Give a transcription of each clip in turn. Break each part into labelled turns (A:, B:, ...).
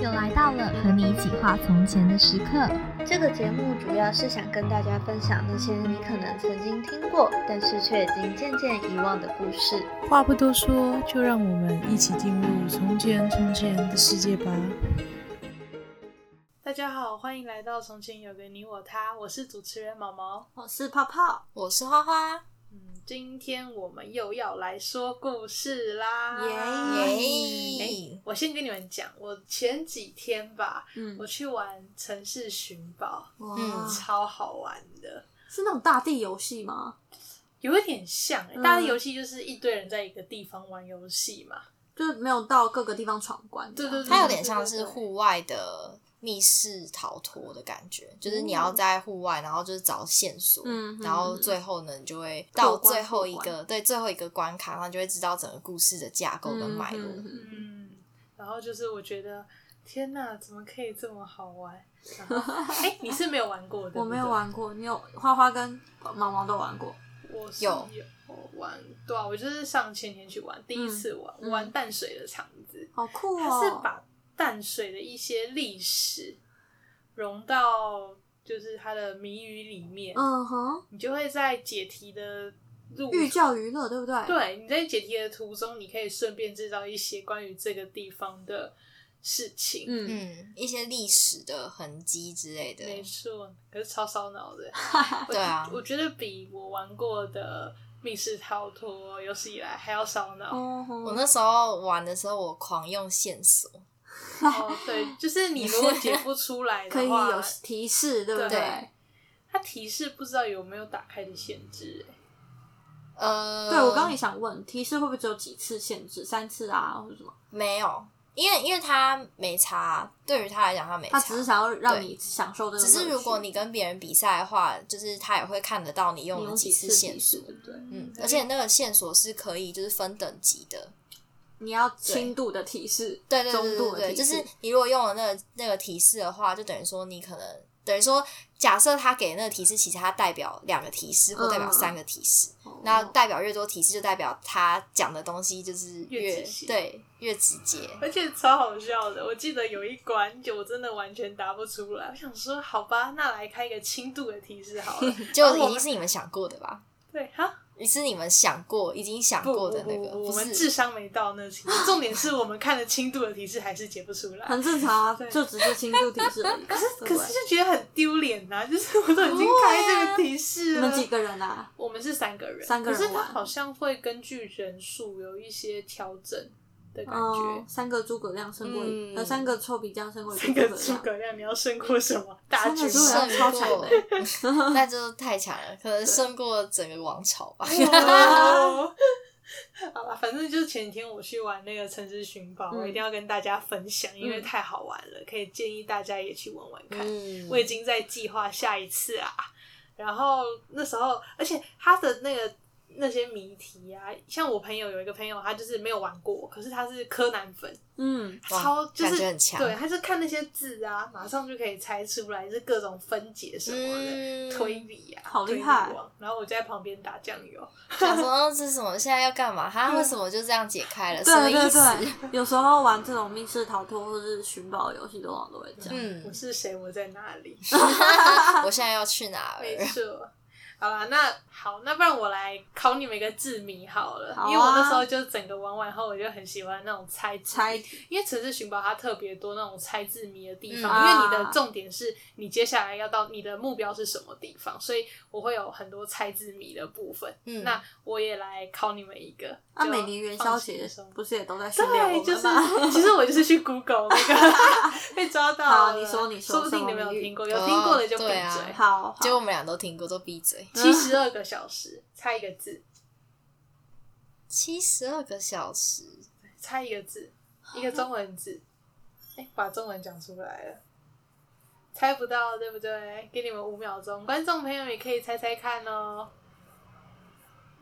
A: 来到了和你一起画从前的时刻。
B: 这个节目主要是想跟大家分享那些你可能曾经听过，但是却已经渐渐遗忘的故事。
C: 话不多说，就让我们一起进入从前从前的世界吧。大家好，欢迎来到《从前有个你我他》，我是主持人毛毛。
B: 我是泡泡，
D: 我是花花，
C: 嗯，今天我们又要来说故事啦！
D: 耶
C: 哎我先跟你们讲，我前几天吧，
D: 嗯
C: 我去玩城市寻宝，
D: 哇
B: 嗯
C: 超好玩的。
D: 是那种大地游戏吗？
C: 有一点像、欸，
D: 嗯
C: 大家游戏就是一堆人在一个地方玩游戏嘛。
D: 就是没有到各个地方闯关这样，
C: 对对对
E: 它有点像是户外的密室逃脱的感觉，就是你要在户外，然后就是找线索，
D: 嗯
E: 然后
D: 嗯
E: 最后呢，你就会
D: 过
E: 到
D: 关
E: 最后一
D: 过
E: 个对最后一个关卡，然后你就会知道整个故事的架构跟脉络。
D: 嗯嗯嗯
C: 嗯，然后就是我觉得，天哪，怎么可以这么好玩？然后，哎、你是没有玩过的，
D: 我没有
C: 对不对，
D: 玩过，你有花花跟毛毛都玩过，
C: 我是有
E: 有
C: 玩，对啊，我就是上前天去玩，第一次玩，
D: 嗯
C: 玩淡水的场子，
D: 好酷哦！
C: 它是把淡水的一些历史融到就是它的谜语里面，
D: 嗯哼
C: 你就会在解题的路
D: 寓教于乐，对不对？，
C: 对，你在解题的途中，你可以顺便知道一些关于这个地方的事情。
D: 嗯，
E: 嗯，一些历史的痕迹之类的，
C: 没错，可是超烧脑 的。
E: 对啊
C: 我，我觉得比我玩过的密室逃脱有史以来还要烧 脑。
D: 哦吼
E: 我那时候玩的时候，我狂用线索，
C: 哦，对，就是你如果解不出 来
D: 可以
C: 的话，
D: 有提示，对不
E: 对？
C: 它提示不知道有没有打开的限制、欸
E: 呃，
D: 对，我刚刚也想问，提示会不会只有几次限制，三次啊，或者什么？
E: 没有，因为因为他没差，啊对于他来讲他没差，
D: 他只是想要让
E: 对
D: 你享受这个乐
E: 只
D: 趣，
E: 是如果你跟别人比赛的话，就是他也会看得到你用
D: 你
E: 了
D: 用
E: 几
D: 次
E: 次
D: 提
E: 线
D: 示，
E: 索。
D: 对不对？
E: 嗯，而且那个线索是可以就是分等级的，
D: 你要轻度的提示，
E: 对对
D: 中
E: 对
D: 度
E: 对
D: 的
E: 对，
D: 提
E: 就
D: 示，
E: 是你如果用了那个那个提示的话，就等于说你可能等于说，假设他给那个提示，其实它代表两个提示或代表
D: 嗯
E: 三个提示，
D: 哦
E: 那代表越多提示，就代表他讲的东西就是
C: 越
E: 越
C: 直接
E: 对越直接。
C: 而且超好笑的。我记得有一关，就我真的完全答不出来。我想说，好吧，那来开一个轻度的提示好 了。
E: 就
C: 我
E: 已
C: 们
E: 经是你们想过的吧？
C: 对，哈，
E: 是你们想过、已经想
C: 不
E: 过的那
C: 不
E: 个，
C: 不我
E: 不
C: 们
E: 是
C: 智商没到那程度。重点是我们看了轻度的提示还是解不出来，
D: 很正常啊
C: 对，
D: 就只是轻度提示而已。可是
C: 可是就觉得很丢脸呐。 就是我都已经开这个提示
D: 你
C: 了，
D: 们几个人啊？
C: 我们是三个人，
D: 三个人
C: 可是他
D: 玩
C: 好像会根据人数有一些调整的感
D: 哦
C: 觉，。
D: 三个诸葛亮胜过一，
E: 嗯
D: 呃，三个臭皮匠胜过一
C: 三个诸
D: 诸葛亮。
C: 葛亮，你要胜过什么？大
D: 三
C: 军
D: 个诸葛
C: 吗
D: 亮
E: 胜
D: 超强
E: 过
D: 的，
E: 那就太强了，可能胜过整个王朝 吧。
C: 哦 好吧，反正就是前几天我去玩那个城市寻宝，
D: 嗯
C: 我一定要跟大家分享，因为
D: 嗯
C: 太好玩了，可以建议大家也去玩玩看。
E: 嗯
C: 我已经在计划下一次啊。然后那时候，而且他的那个那些谜题啊，像我朋友有一个朋友，他就是没有玩过，可是他是柯南粉，
D: 嗯，
E: 哇
C: 超就是
E: 感觉很强
C: 对，他是看那些字啊，马上就可以猜出来是各种分解什么的。
E: 嗯
C: 推理啊，
D: 好厉
C: 推理
D: 害
C: 网！然后我就在旁边打酱油，
E: 想说哦这是什么，现在要干嘛？哈，为什么就这样解开了？什么
D: 对
E: 意
D: 对
E: 思？
D: 对，有时候玩这种密室逃脱或是寻宝游戏，都往往都会这样。
E: 嗯
C: 我，是谁，我在哪里？
E: 我现在要去哪
C: 没
E: 儿？
C: 错。好啦，那好，那不然我来考你们一个字谜好了，
D: 好啊
C: 因为我那时候就整个玩完后，我就很喜欢那种猜字谜
D: 猜题
C: 因为城市寻宝它特别多那种猜字谜的地方，
E: 嗯
C: 因为你
D: 啊
C: 的重点是你接下来要到你的目标是什么地方，所以我会有很多猜字谜的部分。
E: 嗯
C: 那我也来考你们一个，
D: 那
C: 就
D: 每年啊元宵
C: 放
D: 节
C: 轻松
D: 不是也都在训练
C: 对，
D: 我
C: 就
D: 们
C: 是
D: 吗？
C: 其实我就是去 Google 那个 被抓到了。
D: 好你说你说
C: 说不定你们有听过，有
E: 什么谜语
C: 听过的就闭
E: 哦对啊
C: 嘴。
D: 好，好
E: 结果我们俩都听过，都闭嘴。
C: 七十二个小时，猜一个字，
E: 七十二个小时，
C: 猜一个字，一个中文字。哎、把中文讲出来了，猜不到对不对？给你们五秒钟，观众朋友也可以猜猜看哦。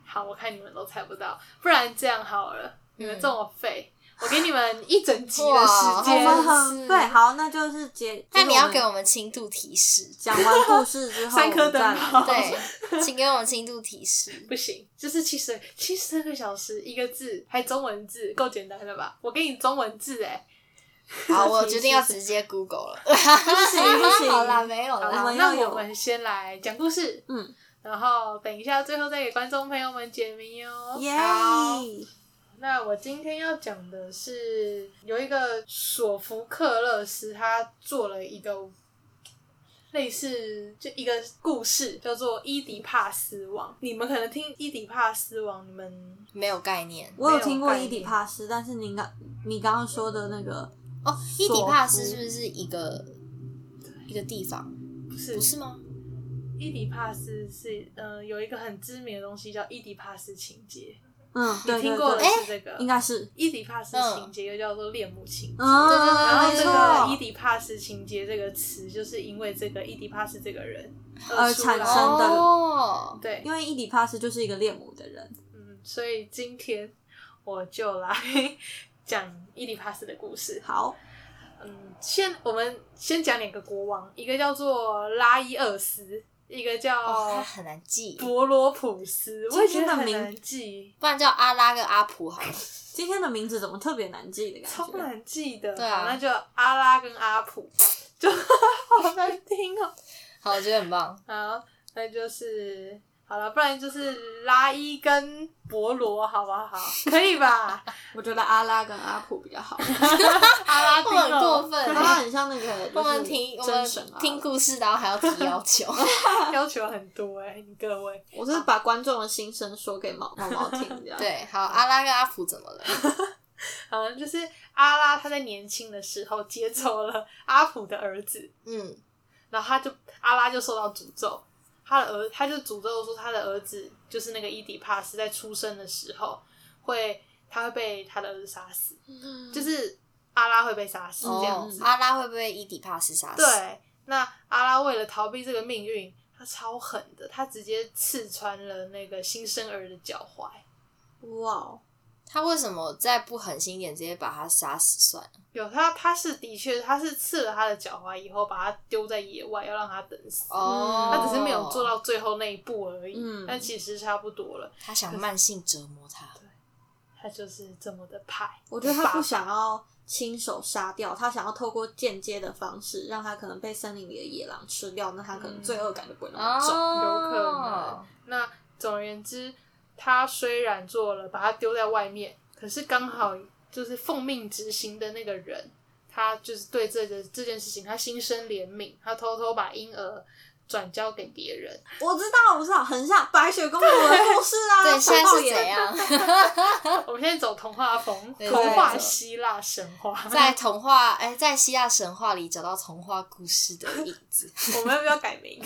C: 好，我看你们都猜不到，不然这样好了，你们这么废，我给你们一整集的时
E: 哇
D: 我
C: 间。
D: 们
E: 是
D: 很对，好，那就是结。
E: 那你要给
D: 我
E: 我
D: 们
E: 们轻度提 示，
D: 讲完故事之 后，
C: 三颗
D: 我们
C: 灯
D: 再
C: 泡
E: 对，请给我们轻度提示。
C: 不行，就是七十七十个小时一个字，还中文字，够简单了吧？我给你中文字哎、
E: 好，我
D: 提示
E: 决定要
D: 是
E: 直接 Google 了。
D: 不行不行，
E: 好啦，没有
C: 好
E: 啦
D: 我。
C: 啦，
D: 们要
C: 那
D: 有
C: 我们先来讲故事，
D: 嗯，
C: 然后等一下最后再给观众朋友们解谜哦。
D: 耶、
C: 好那我今天要讲的是有一个索福克勒斯，他做了一个类似就一个故事，叫做《伊迪帕斯王》。你们可能听《伊迪帕斯王》，你们
E: 没有概念
D: 我有
C: 没有
D: 听过
C: 概
D: 伊底
C: 念
D: 帕斯，但是您刚你刚刚说的那个
E: 哦。伊
D: 索
E: 底
D: 夫
E: 帕斯是不是一个一个地方？
C: 不是
E: 不是吗？
C: 伊迪帕斯是呃有一个很知名的东西叫伊迪帕斯情节，
D: 嗯，对
C: 你听
D: 对
C: 过的
E: 哎
D: 对，
C: 是这个，
D: 应该是，
C: 伊迪帕斯情节又叫做恋母情节。
D: 嗯，
E: 对对对
C: 然后
E: 没
C: 这
E: 错
C: 个伊迪帕斯情节这个词，就是因为这个伊迪帕斯这个人
D: 而
C: 出来的
D: 产生的
E: 哦，
C: 对，
D: 因为伊底帕斯就是一个恋母的人，
C: 嗯，所以今天我就来 讲伊底帕斯的故事。
D: 好，
C: 嗯，先我们先讲两个国王，一个叫做拉伊厄斯，一个
E: 哦，它
C: 叫
E: 很难记，
C: 伯罗普斯。我也觉
D: 今天
C: 得
D: 的
C: 很
D: 名
C: 难记，
E: 不然叫阿拉跟阿 普好了。
D: 今天的名字怎么特别难记的感
C: 超
D: 觉？
C: 难记的。
E: 对啊
C: 那就阿拉跟阿普，就 好难听哦。
E: 好，我觉得很棒。
C: 好，那就是好了，不然就是拉伊跟伯罗，好不好？可以吧？
D: 我觉得阿拉跟阿普比较 好，
C: 阿拉
E: 我
C: 丁
E: 们很
C: 哦
E: 过分
D: 阿拉很像那个
E: 我们
D: 听
E: 听我
D: 真神
E: 们
D: 啊，
E: 听故事，然后还要提要求。
C: 要求很多哎、你各位。
D: 我是把观众的心声说给毛毛毛听，这样，
E: 对，好，阿拉跟阿普怎么了？
C: 嗯，就是阿拉他在年轻的时候劫走了阿普的儿子，
E: 嗯，
C: 然后他就阿拉就受到诅咒，他的儿他就诅咒说他的儿子就是那个伊底帕斯在出生的时候会他会被他的儿子杀死，就是阿拉会被杀死这样
E: 哦
C: 子。，
E: 阿拉会不会伊底帕斯杀死？，
C: 对，那阿拉为了逃避这个命运，他超狠的，他直接刺穿了那个新生儿的脚踝。
D: 哇哦，
E: 他为什么再不狠心一点，直接把他杀死算了？
C: 有他，他是的确，他是刺了他的脚踝以后，把他丢在野外，要让他等死。
E: 哦，
C: 嗯他只是没有做，到最后那一步而已，
D: 嗯
C: 但其实差不多了。
E: 他想慢性折磨他。
C: 他就是这么的派，
D: 我觉得他
C: 爸
D: 不想要亲手杀掉，他想要透过间接的方式，让他可能被森林里的野狼吃掉，那他可
E: 嗯
D: 能罪恶感就不会那
E: 哦
D: 么重。
C: 有可能。那总而言之，他虽然做了，把他丢在外面，可是刚好就是奉命执行的那个人，他就是对这个这件事情他心生怜悯，他偷偷把婴儿转交给别人。
D: 我知道，我知道，很像白雪公主的故事啊。
E: 对，现
D: 小
E: 在
D: 豹
E: 是
D: 也
E: 怎？样？
C: 我们现在走童话风，
E: 哦对
C: 童话
E: 对
C: 希腊神话。
E: 在童话，哎、在希腊神话里找到童话故事的影子。
C: 我们要不要改 名？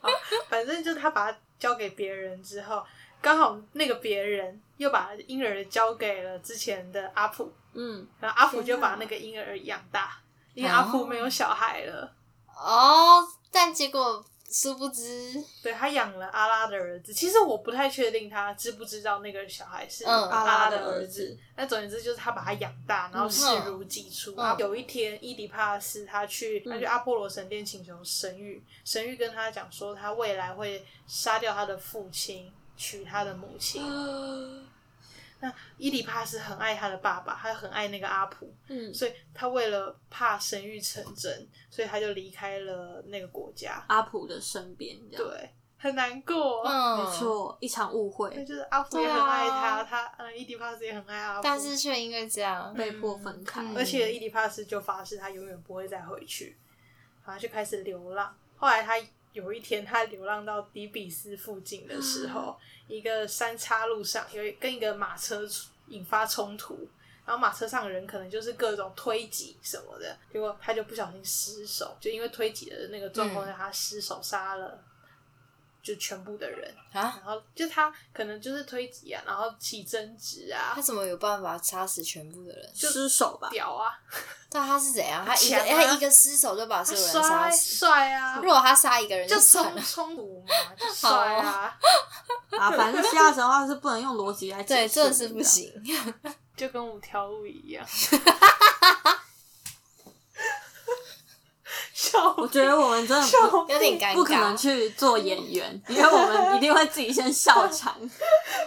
C: 好反正就是他把它交给别人之后，刚好那个别人又把婴儿交给了之前的阿普，
D: 嗯，
C: 然后阿普就把那个婴儿养大，因为阿普没有小孩了，
E: 哦，但结果殊不知，
C: 对他养了阿拉的儿子。其实我不太确定他知不知道那个小孩是
E: 嗯
C: 阿
D: 阿拉
C: 的
D: 的儿
C: 子
D: 子。，
C: 那总而言之，就是他把他养大，然后视如己出。
E: 嗯嗯
C: 有一天，伊底帕斯他去他去阿波罗神殿请求神谕，神谕跟他讲说，他未来会杀掉他的父亲，娶他的母亲。
E: 啊
C: 那伊底帕斯很爱他的爸爸，他很爱那个阿普，
D: 嗯，
C: 所以他为了怕神谕成真，所以他就离开了那个国家。
D: 阿普的身边这样。
C: 对，很难过。
E: 嗯，
D: 没，错，一场误
C: 那
D: 会
C: 就是阿普也很
E: 对啊
C: 爱他，他嗯，伊底帕斯也很爱阿普，
E: 但是却因为这样，
D: 被迫分开。
E: 嗯
C: 而且伊迪帕斯就发誓他永远不会再回去，然后就开始流浪。后来他有一天，他流浪到底比斯附近的时
E: 啊
C: 候，一个山岔路上有一跟一个马车出引发冲突，然后马车上的人可能就是各种推挤什么的，结果他就不小心失手，就因为推挤的那个状况，
E: 嗯
C: 让他失手杀了就全部的人。
E: 啊，
C: 然后就他可能就是推挤啊，然后起争执啊
E: 他，怎么有办法杀死全部的人？
D: 失手吧，
C: 屌啊，
E: 但他是怎样？他一个、
C: 强啊
E: 他一个失手就把所有人杀
C: 帅
E: 死。
C: 帅啊
E: 如，果他杀一个人
C: 就
E: 算
C: 冲
E: 了，哦
C: 冲突嘛，就帅啊，
D: 啊，反正希腊神话是不能用逻辑来解
E: 对，
D: 释，
E: 真的是不。行。
C: 就跟五条悟一样。笑
D: 我觉得我们 真的
C: 笑
D: 不
E: 有点尴尬
D: 不可能去做演员，因为我们一定会自己先笑场。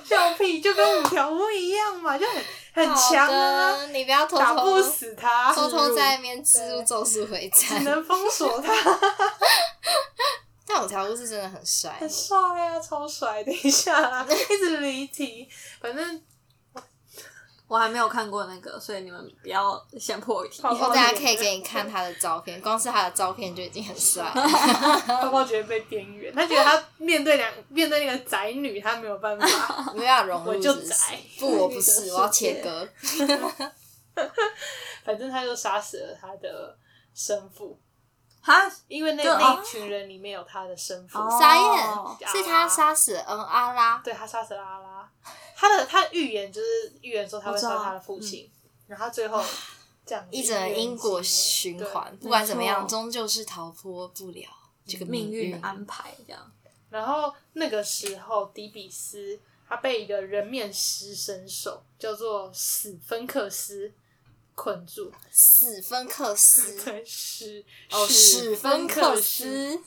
C: 笑屁，就跟五条悟一样嘛，就很很强
E: 好
C: 啊
E: 的，，你不要偷偷
C: 打不死啊他，
E: 偷偷在那边
C: 植
E: 植
C: 入
E: 入咒术 回
C: 只
E: 战。
C: 能封锁他，
E: 但我条路是真的很帅
C: 很，帅啊，超帅！等一下啦，一直离题，反正
D: 我还没有看过那个，所以你们不要先破题。
C: 好
E: 以后大家可以给你看他的照片，光是他的照片就已经很帅 了。
C: 泡泡觉得被边缘，他觉得他面对两面对那个宅女，他没有办 法。
E: 没有要融入，
C: 我就是
E: 不是
C: 宅
E: 不，我 不是，我要切割。
C: 反正他就杀死了他的生父，
D: 哈，
C: 因为那
D: 对
C: 那
D: 哦
C: 一群人里面有他的生父，
D: 哦
E: 傻眼
D: 哦，
E: 是他杀死了嗯阿拉，
C: 对他杀死了阿拉。他的他预言就是预言说他会
D: 我知
C: 杀
D: 道
C: 他的父亲，然后他最后这样子
E: 嗯一整个因果循环，不管怎么
D: 没
E: 样，
D: 错
E: 终究是逃脱不了这个
D: 命运
E: 嗯运啊
D: 的安排这 样。
C: 然后那个时候，迪比斯他被一个人面狮身手叫做史芬克斯困住，
E: 史芬克 斯，
C: 对，史
E: 哦，史芬克，斯，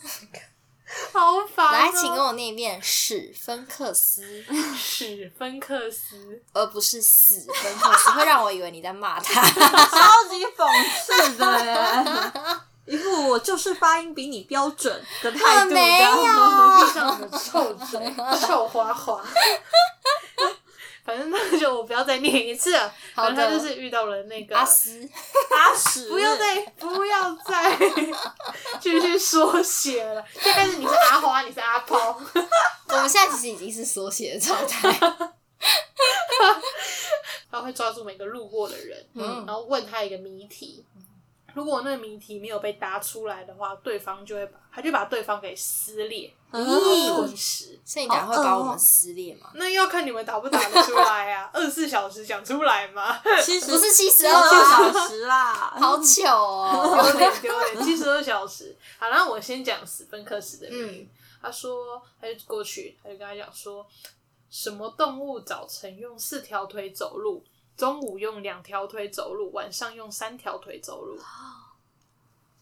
C: 好烦、哦！
E: 来，请跟我念一遍史芬克斯，
C: 史芬克斯，
E: 而不是死芬克斯，会让我以为你在骂 他。
D: 超级讽刺的耶！一副我就是发音比你标准的态度，
E: 我啊没有
D: 这样
C: 闭上你的臭嘴，臭花花。反正那就我不要再念一次了。
E: 好
C: 反正他
E: 的
C: 就是遇到了那个
E: 阿斯，
D: 阿屎，
C: 不要再不要再继续缩写了。最开始你是阿花，你是阿抛，
E: 我们现在其实已经是缩写的状 态。
C: 他会抓住每个路过的人，
E: 嗯
C: 然后问他一个谜题。如果那个谜题没有被答出来的话，对方就会把他就把对方给撕裂、
D: 嗯
C: 吞食。
E: 所以你等下会把我们撕裂吗？
C: 那要看你们打不打得出来啊！ 二十四小时讲出来吗？
D: 七十
E: 不是七十
D: 十二
E: 二啊
D: 个小时啦，
E: 好糗 哦。
C: 丢脸丢 脸，七十二小时。好，然后我先讲史芬克斯的谜
D: 嗯
C: 语。他说，他就过去，他就跟他讲说，什么动物早晨用四条腿走路，中午用两条腿走路，晚上用三条腿走路。
D: 哦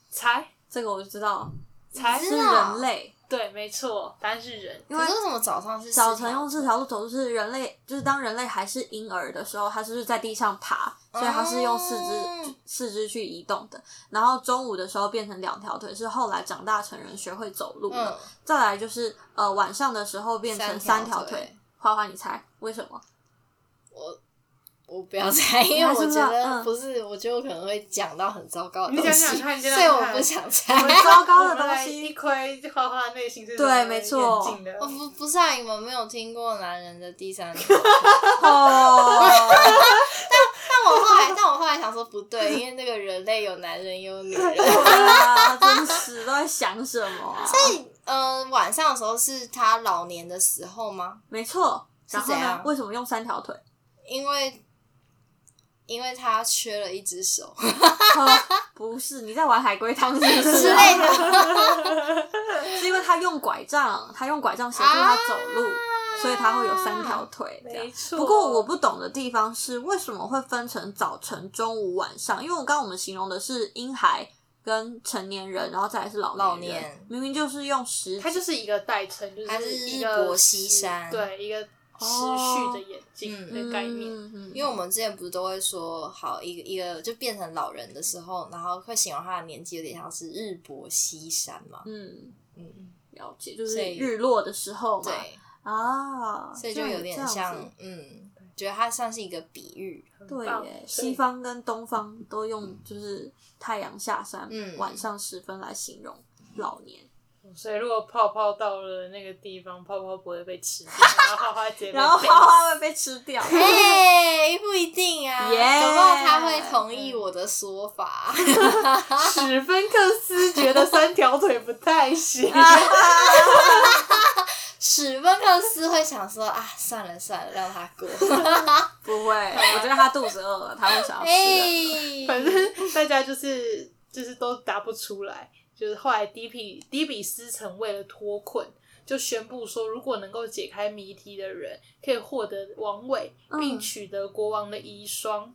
C: 猜
D: 这个我就知道，
C: 猜
E: 你，
D: 是
E: 知道
D: 人类。
C: 对，没错，答案是人。
D: 因为
E: 可是为什么早上是
D: 早
E: 四
D: 晨
E: 条
D: 用四条路走路是人类，就是当人类还是婴儿的时候，它是不是在地上爬？所以它是用四肢
E: 嗯
D: 四肢去移动的。然后中午的时候变成两条腿，是后来长大成人学会走路的。
E: 嗯，
D: 再来就是呃晚上的时候变成三
E: 三
D: 条
E: 条腿
D: 腿。花花，你猜为什 么？
E: 我我不要猜，因为
D: 还是
E: 我
D: 不知
E: 觉
D: 道
E: 得
D: 嗯
E: 不是，我觉得我可能会讲到很糟糕的
C: 你
E: 东
C: 讲
E: 西，
C: 讲看你讲
E: 所以
C: 讲
E: 我
C: 看
E: 不想
C: 我们
E: 猜。
D: 糟糕的
C: 我们来
D: 东西
C: 一窥花花的内心是
D: 对
C: 什么
D: 没错
C: 眼镜的
E: 我不不是啊，你们没有听过男人的第三条。
D: 哦，
E: 但我后来，但我后来想说不对，因为那个人类有男人也有女 人。
D: 啊，真是都在想什么啊？
E: 呃，晚上的时候是他老年的时候吗？
D: 没错。然后
E: 怎
D: 呢
E: 样？
D: 为什么用三条 腿？
E: 因为因为他缺了一只手
D: 哦不是，你在玩海龟汤是不是？
E: 之类的。
D: 是因为他用拐杖，他用拐杖协助他走路，
E: 啊
D: 所以他会有三条腿这样
C: 没。错。
D: 不过我不懂的地方是，为什么会分成早晨、中午、晚上？因为我刚刚我们形容的是婴孩跟成年人，然后再来是老
E: 老
D: 年人
E: 年
D: 明明就是用时
C: 它就是一个代称，就
E: 它
C: 是
E: 是
C: 一
E: 日
C: 个
E: 薄西
C: 时
E: 山
C: 对，一个持续
D: 哦
C: 的眼睛
E: 嗯
C: 的概念。
D: 嗯
E: 因为我们之前不是都会说，好一个一个就变成老人的时候，然后会形容他的年纪有点像是日薄西山嘛。
D: 嗯，
E: 嗯，
D: 了解，就是
E: 所以
D: 日落的时候嘛。
E: 对，
D: 啊，
E: 所以就
D: 嗯这样
E: 有点
D: 这样
E: 像
D: 子，
E: 嗯，觉得它算是一个比喻。
D: 对
C: 棒
D: 耶，
C: 所以
D: 西方跟东方都用就是太阳下山，
E: 嗯
D: 晚上时分来形容老年。
C: 所以如果泡泡到了那个地方，泡泡不会被吃 掉，然后花花直接被
D: 然后
C: 背
D: 花花会被吃 掉。
E: 哎、不一定啊
D: Yeah
E: 搞不好他会同意我的说法。
C: 史芬克斯觉得三条腿不太 行，
D: 哎
E: 史芬克斯会想说啊，算了算了，让他 过。啊
D: 不会，我觉得他肚子饿了，他会想要
E: 哎、
D: 吃的。
C: 反正大家就是就是都答不出来。就是后来迪比迪比斯城为了脱困，就宣布说，如果能够解开谜题的人，可以获得王位，并
D: 嗯
C: 取得国王的遗孀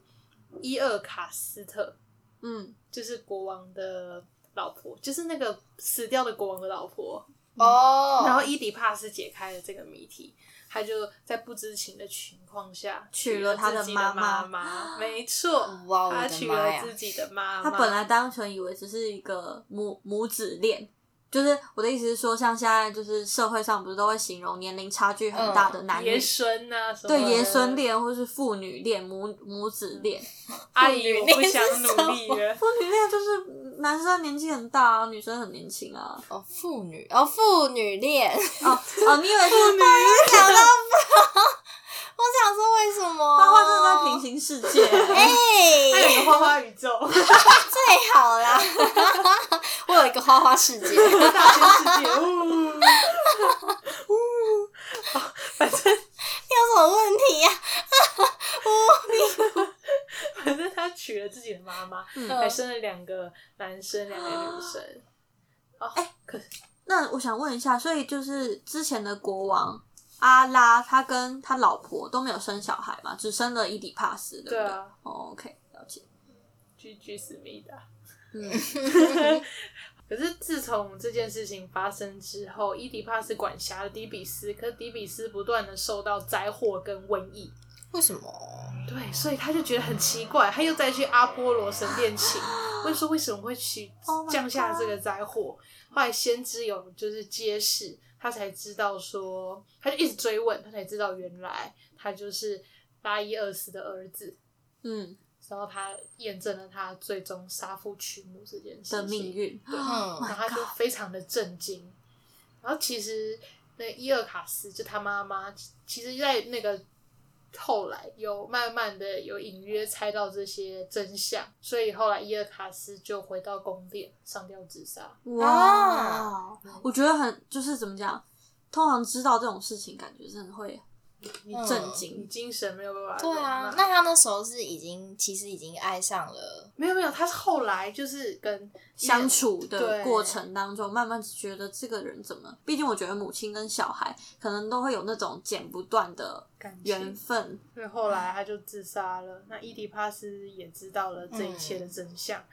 C: 伊尔卡斯特。
D: 嗯，
C: 就是国王的老婆，就是那个死掉的国王的老婆。
E: 哦，
D: 嗯
C: 然后伊底帕斯解开了这个谜题，他就在不知情的情况下
D: 娶了
C: 了
D: 他的
C: 自己的
D: 妈妈
C: 妈，没 错，
E: 哇，我
C: 他
E: 的
C: 娶
E: 妈
C: 了
E: 呀！
C: 自己的妈妈。
D: 他本来单纯以为只是一个母母子恋，就是我的意思是说，像现在就是社会上不是都会形容年龄差距很大的男女，
C: 爷孙呐、什么
D: 对
C: 的
D: 爷孙恋或是父女恋、母母子恋，
C: 阿姨，我不
E: 恋
C: 想
E: 是什
C: 努力 了。
D: 父女恋就是男生年纪很大啊，女生很年轻啊。
E: 哦，父女哦，父女恋， 我
D: 哦哦，你以为是女？
E: 想到不，我想说为什么？
D: 花花真的在平行世界。
E: 哎、
C: 还有一个花花宇宙，
E: 最好啦！我有一个花花 世界，
C: 大千世界，呜 呜，反正
E: 有什么问题呀、
C: 反正他娶了自己的妈妈，
D: 嗯，
C: 还生了两个男生，两个女生。哦，可是
D: 那我想问一下，所以就是之前的国王阿拉，他跟他老婆都没有生小孩嘛，只生了伊底帕斯，对不
C: 对
D: 对？
C: 啊
D: 哦，OK，了解。
C: 居居思密达。
D: 嗯，
C: 可是自从这件事情发生之后，伊迪帕斯管辖了迪比斯，可迪比斯不断的受到灾祸跟瘟疫，
E: 为什么？
C: 对，所以他就觉得很奇怪，他又再去阿波罗神殿请，问说为什么会去
D: Oh my
C: 降下这个灾祸。后来先知有就是揭示，他才知道说，他就一直追问，他才知道原来他就是拉伊厄斯的儿子。
D: 嗯
C: 然后他验证了他最终杀父娶母这件事
D: 的
C: 情
D: 命运。
E: 嗯，
C: 然后他就非常的震惊。然后其实那伊尔卡斯就他妈妈，其实在那个后来有慢慢的有隐约猜到这些真相，所以后来伊尔卡斯就回到宫殿上吊自杀。啊
D: 哇，我觉得很就是怎么讲，通常知道这种事情，感觉真的会
C: 你
E: 嗯
D: 震
C: 你
D: 惊。
C: 精神没有办法
E: 对
C: 容
E: 啊
C: 纳。，
E: 那他那时候是已经其实已经爱上了，
C: 没有没有，他是后来就是跟
D: 相处的
C: 对
D: 过程当中，慢慢觉得这个人怎么？毕竟我觉得母亲跟小孩可能都会有那种剪不断的
C: 感
D: 缘
C: 情，
D: 分。
C: 所以后来他就自杀了。那伊迪帕斯也知道了这一
E: 嗯
C: 切的真相，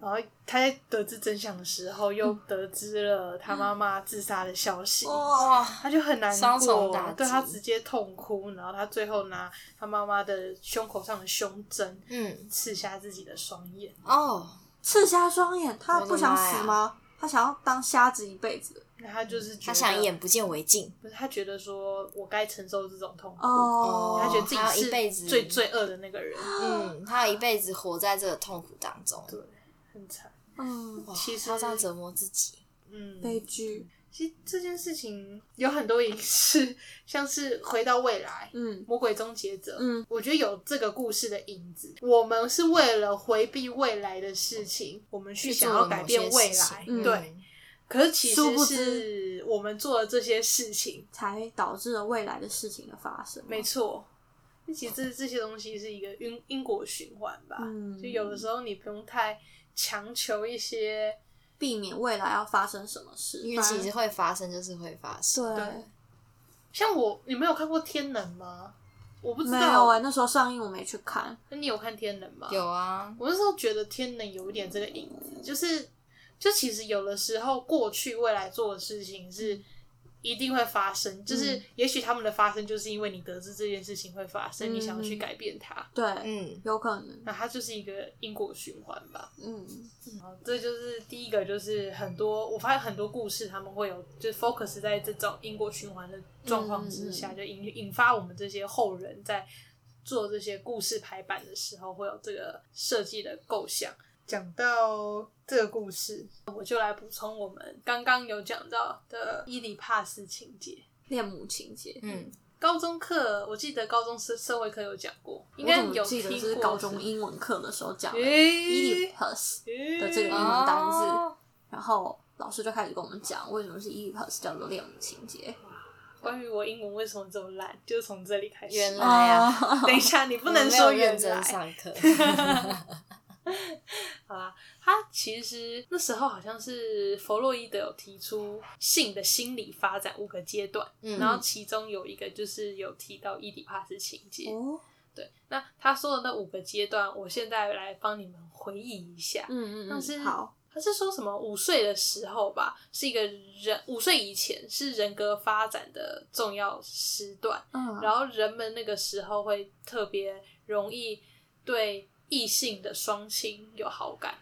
C: 然后他在得知真相的时候，
E: 嗯
C: 又得知了他妈妈自杀的消息，
E: 哇，
C: 他就很难
E: 哦双重打
C: 过，
E: 击
C: 对他直接痛哭，然后他最后拿他妈妈的胸口上的胸针
E: 嗯，
C: 刺瞎自己的双眼，
E: 哦，
D: 刺瞎双眼，他不想
E: 我
D: 死
E: 的妈
D: 吗？他想要当瞎子一辈子
C: 那他就是觉
E: 嗯他
C: 得
E: 想眼不见为净，
C: 不是他觉得说我该承受这种痛苦。
D: 哦
E: 哦
C: 他觉得自
E: 他要
C: 己
E: 一
C: 是
E: 辈子
C: 最罪恶的那个人，
E: 嗯，他一辈子活在这个痛苦当中，
C: 对，很惨。
D: 嗯，
E: 哇
C: 其实
E: 他这样折磨自己，
C: 嗯，
D: 悲剧，
C: 其实这件事情有很多影视，像是《回到未来》《
D: 嗯
C: 魔鬼终结者》，
D: 嗯，
C: 我觉得有这个故事的影子。我们是为了回避未来的事情，我们去
E: 去做
C: 想
E: 了
C: 要改
E: 某
C: 变
E: 些
C: 未
E: 事
C: 来，
E: 情
C: 对。
E: 嗯
C: 可是其
D: 殊不
C: 实
D: 知
C: 是我们做了这些事情，
D: 才导致了未来的事情的发生。
C: 没错。那其实这这些东西是一个因因果循环吧，
D: 嗯
C: 就有的时候你不用太强求一些，
D: 避免未来要发生什么事，
E: 因为其
D: 反
E: 实会发生就是会发生，
D: 而对
C: 对。像我，你没有看过《天能》吗？我不知
D: 没有
C: 道，
D: 哎、那时候上映我没去看，
C: 那你有看《天能》吗？
E: 有啊，
C: 我那时候觉得天能有一点这个影子，就是就其实有的时候过去未来做的事情是
D: 嗯
C: 一定会发生，就是也许他们的发生就是因为你得知这件事情会发生，
D: 嗯
C: 你想要去改变它，
D: 对，
E: 嗯，
D: 有可能，
C: 那它就是一个因果循环吧。
D: 嗯，
C: 好这就是第一个，就是很多我发现很多故事他们会有就是 focus 在这种因果循环的状况之下，
D: 嗯
C: 就引引发我们这些后人在做这些故事排版的时候会有这个设计的构想。讲到这个故事，我就来补充我们刚刚有讲到的伊里帕斯情节。
D: 恋母情节，
E: 嗯，
C: 高中课我记得高中社社会课有讲过，应
D: 我
C: 该
D: 怎
C: 有
D: 么记
C: 听
D: 得
C: 过
D: 这是高中英文课的时候讲的
C: 诶
D: Oedipus，
C: 诶
D: 的这个英文
E: 哦
D: 单字，然后老师就开始跟我们讲为什么是 Oedipus 叫做恋母情节。
C: 关于我英文为什么这么烂，就是从这里开始。
E: 原来哎呀
D: 啊，
C: 等一下，你不
E: 不
C: 能说原
E: 嗯认真
C: 来。
E: 上课，
C: 好啦，他其实那时候好像是弗洛伊德有提出性的心理发展五个阶段，
E: 嗯
C: 然后其中有一个就是有提到伊底帕斯情节。
E: 嗯
D: 哦，
C: 对，那他说的那五个阶段，我现在来帮你们回忆一下。
D: 嗯嗯
C: 像
D: 嗯，
C: 是
D: 好，
C: 他是说什么五岁的时候吧，是一个人五岁以前是人格发展的重要时段，
D: 嗯
C: 然后人们那个时候会特别容易对异性的双亲有好感，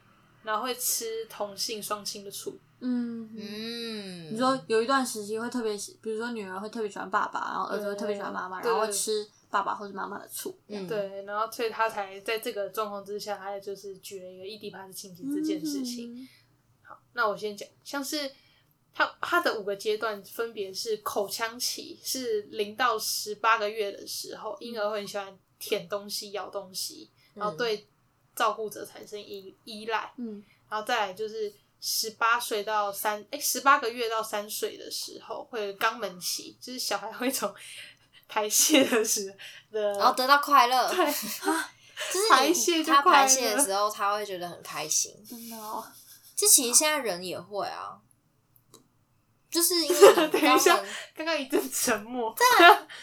C: 然后会吃同性双亲的醋。
D: 嗯，
E: 嗯，
D: 你说有一段时期会特别喜，比如说女儿会特别喜欢爸爸，然后儿子会特别喜欢妈妈，
C: 对
D: 然后会吃爸爸或者妈妈的醋。
E: 嗯，
C: 对，然后所以他才在这个状况之下，他就是举了一个异地趴的情景这件事情。
D: 嗯，
C: 那我先讲，像是它它的五个阶段分别是口腔期，是零到十八个月的时候，婴儿会很喜欢舔东西、咬东西，然后哦对照顾者产生依依赖，
D: 嗯，
C: 然后再来就是十八岁到三哎十八个月到三岁的时候会有肛门期，就是小孩会从 排泄的时的，
E: 然后得到快乐，
C: 对啊
E: 就是你
C: 排泄就
E: 他
C: 快乐
E: 排泄的时候，他会觉得很开心。
D: 真的哦，
E: 这其实现在人也会啊，就是因 为你
C: 等一下
E: 肛门
C: 刚刚一阵沉默，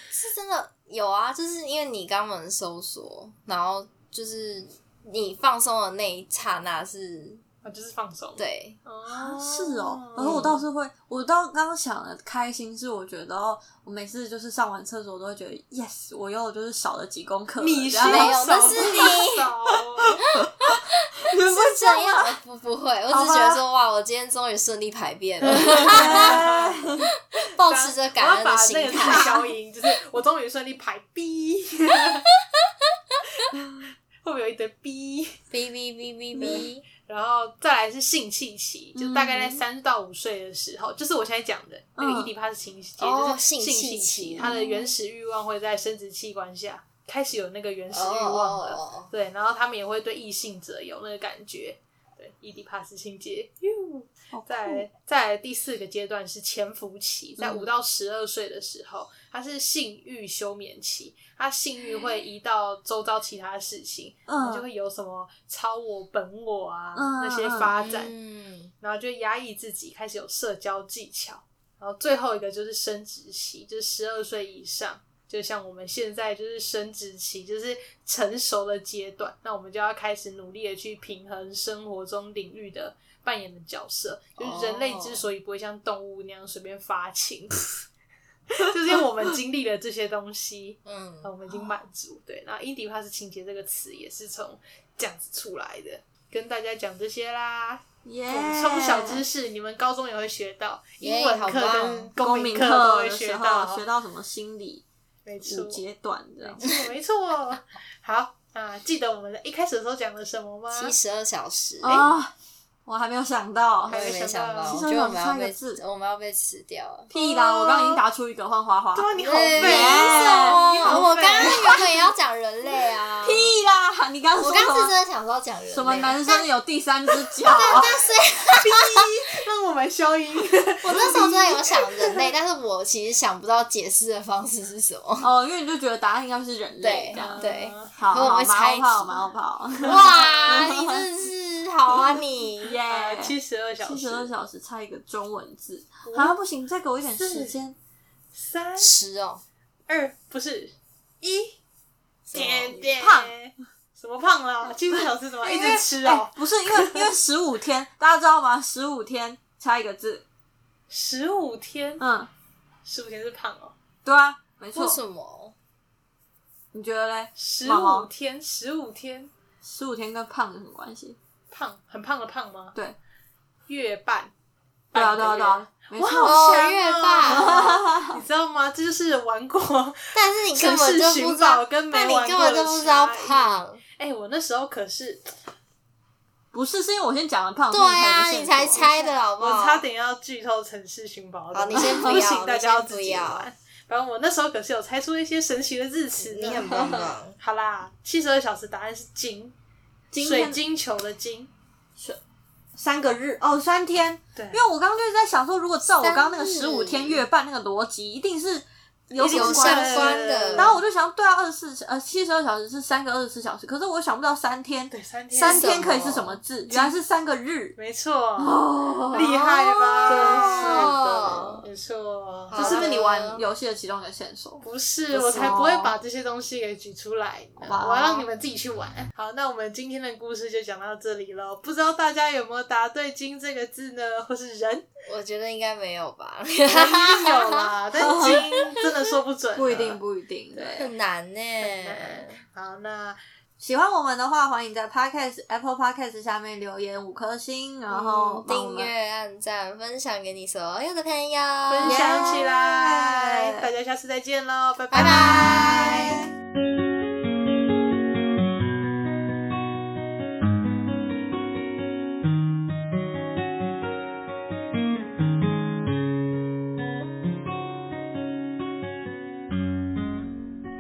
E: 是真的有啊，就是因为你肛门收缩，然后就是你放松的那一刹那是，
C: 啊就是放松，，
E: 对，啊
C: 哦
D: 是哦，然后我倒是会，我到刚刚想的开心是，我觉得哦，我每次就是上完厕所都会觉得 yes，我又就是少了几公克了。
C: 你是
D: 然后
E: 没有
C: 手
E: 那是你
C: 手
D: 你们不
E: 是
D: 会
E: 这
D: 样吗
E: 样的，不不会，我
D: 好吧
E: 只觉得说哇，我今天终于顺利排便了， 保 持着感恩
C: 嗯我
E: 的
C: 要
E: 心
C: 把那个字
E: 态。
C: 消音，就是我终于顺利排 B，会不会有一堆 B？
E: 哔哔哔哔哔，
C: 然后再来是性器期，
E: 嗯
C: 就大概在三到五岁的时候，就是我现在讲的那个
D: 嗯
C: 伊底帕斯情节，
E: 哦
C: 就是
E: 性器
C: 器
E: 期
C: 期，它的原始欲望会在生殖器官下开始嗯有那个原始
E: 哦
C: 欲望了。
E: 哦哦，
C: 对，然后他们也会对异性者有那个感觉，对，伊底帕斯情节。哟
D: 好酷
C: 再
E: 嗯
C: 来再来第四个阶段是潜伏期，在五到十二岁的时候，它是性欲休眠期，它性欲会移到周遭其他事情，
D: 嗯
C: 就会有什么超我、本我啊、
D: 嗯
C: 那些发展，
E: 嗯，
C: 然后就压抑自己，开始有社交技巧，然后最后一个就是生殖期，就是十二岁以上。就像我们现在就是生殖期，就是成熟的阶段，那我们就要开始努力的去平衡生活中领域的扮演的角色。就是人类
D: 哦
C: 之所以不会像动物那样随便发 情，就是因为我们经历了这些东西，
E: 嗯
C: 然后我们已经满足。对，然后 i n d i e 是情节这个词也是从这样子出来的，跟大家讲这些啦。
D: 耶，
C: 补充小知识，你们高中也会学到，
E: 耶
C: 英文课
E: 好
C: 跟
E: 棒
D: 公
C: 公
D: 民
C: 民
D: 课
C: 课都会
D: 的时
C: 学
D: 候
C: 到，
D: 学到什么心理
C: 没错
D: 五，阶段这样
C: 没。错，没错。好，那记得我们一开始的时候讲了什么吗？
E: 七十二小时，哎
D: 啊，我还没有想到
E: 我，也哎没想到，
C: 七
D: 十
E: 我觉
D: 二
E: 得我
D: 小时
E: 们要
D: 差一个
E: 被
D: 字
E: 我们要被吃掉了。
D: 屁啦！我刚刚已经答出一个，换花花。
C: 对啊，你好
E: 对，
C: 废
E: 没
C: 哦，你
E: 错
C: 好
E: 我
C: 废
E: 刚刚原本也要讲人类 啊，
D: 屁啦！你刚刚说
E: 我刚
D: 什
E: 刚是
D: 么？
E: 真的想说要讲人类，
D: 什么男生有第三只脚？
C: 让我们消音。
E: 我那时候真的有想人类，但是我其实想不到解释的方式是什 么。
D: 哦，因为你就觉得答案应该是人类
E: 对
D: 这样。
E: 对，
D: 好，
E: 可我
D: 好
E: 会猜
D: 蛮
E: 忌
D: 好跑，蛮好跑。
E: 哇，你真的是好啊你！
D: 耶！
C: 呃七十二小时，
D: 七十二小时差一个中文字，啊不行，再给我一点时间。
C: 三
E: 吃哦，
C: 二不是一
E: 什么
C: 点点
D: 胖
C: 什么胖啦？七十二小时怎么一
D: 因为
C: 直吃
D: 哎
C: 哦？
D: 不是因为因为十五天，大家知道吗？十五天差一个字，
C: 十五天，
D: 嗯，
C: 十五天是胖哦。
D: 对啊，没错
E: 为。什么？
D: 你觉得嘞？
C: 十
D: 毛毛
C: 五天，十五天，
D: 十五天跟胖有什么关系？
C: 胖很胖的胖吗？
D: 对，
C: 月半，
D: 对啊，
C: 半
D: 对
C: 个
D: 啊，
C: 月
D: 对啊，没
C: 哇，
D: 错。
C: 好香、
E: 哦月半，
C: 你知道吗？这就是玩过，
E: 但是你根本就不知
C: 城市寻
E: 道
C: 宝，跟没
E: 但你
C: 玩
E: 根
C: 过的
E: 本就不知道
C: 差异
E: 胖。
C: 哎、我那时候可是
D: 不是，是因为我先讲了胖，
E: 对
D: 所以才有
E: 啊，
D: 个
E: 你
D: 线索
E: 才猜的好不
C: 我
E: 好？
C: 差点要剧透《城市寻宝》了。
E: 好 你先不
C: 不
E: 要
C: 行，大家
E: 你先
C: 自
E: 不
C: 己
E: 要
C: 玩。反正我那时候可是有猜出一些神奇的字词呢。
E: 你 很棒棒。
C: 好啦，七十二小时答案是金，
D: 今天
C: 水晶球的金。
D: 三个日哦，三天。
C: 对
D: 因为我刚刚就是在想说，如果照我刚刚那个
E: 三日
D: 十五天月半那个逻辑，一定是有什么
E: 有
D: 关
E: 相
D: 系？
E: 关的，
D: 然后我就想，对啊，二十四呃七十二小时是三个二十四小时，可是我想不到三天，
C: 对，三天，
D: 三
E: 什
D: 天
E: 么
D: 可以是什么字？原来是三个日
C: 没错，
D: 哦。
C: 厉害吧
E: 哦？
C: 真是的，没错。
E: 好
D: 这是不是你玩游戏的其中一个线索？
C: 不是，
E: 不是
C: 我才不会把这些东西给举出来呢，
D: 哇
C: 我要让你们自己去玩。好，那我们今天的故事就讲到这里喽。不知道大家有没有答对“金”这个字呢，或是人？
E: 我觉得应该没有吧，
C: 我一定有啦，但金真的说不准，啊
D: 不一定，。不一定。
C: 对
E: 很难呢、
C: 好，那
D: 喜欢我们的话，欢迎在 Podcast Apple Podcast 下面留言五颗星，然后
E: 嗯
D: 帮我
E: 订
D: 们
E: 阅、按赞、分享给你所有的朋友，
C: 分享起来，
D: 耶
C: 大家下次再见喽，拜
E: 拜
C: 拜
E: 拜。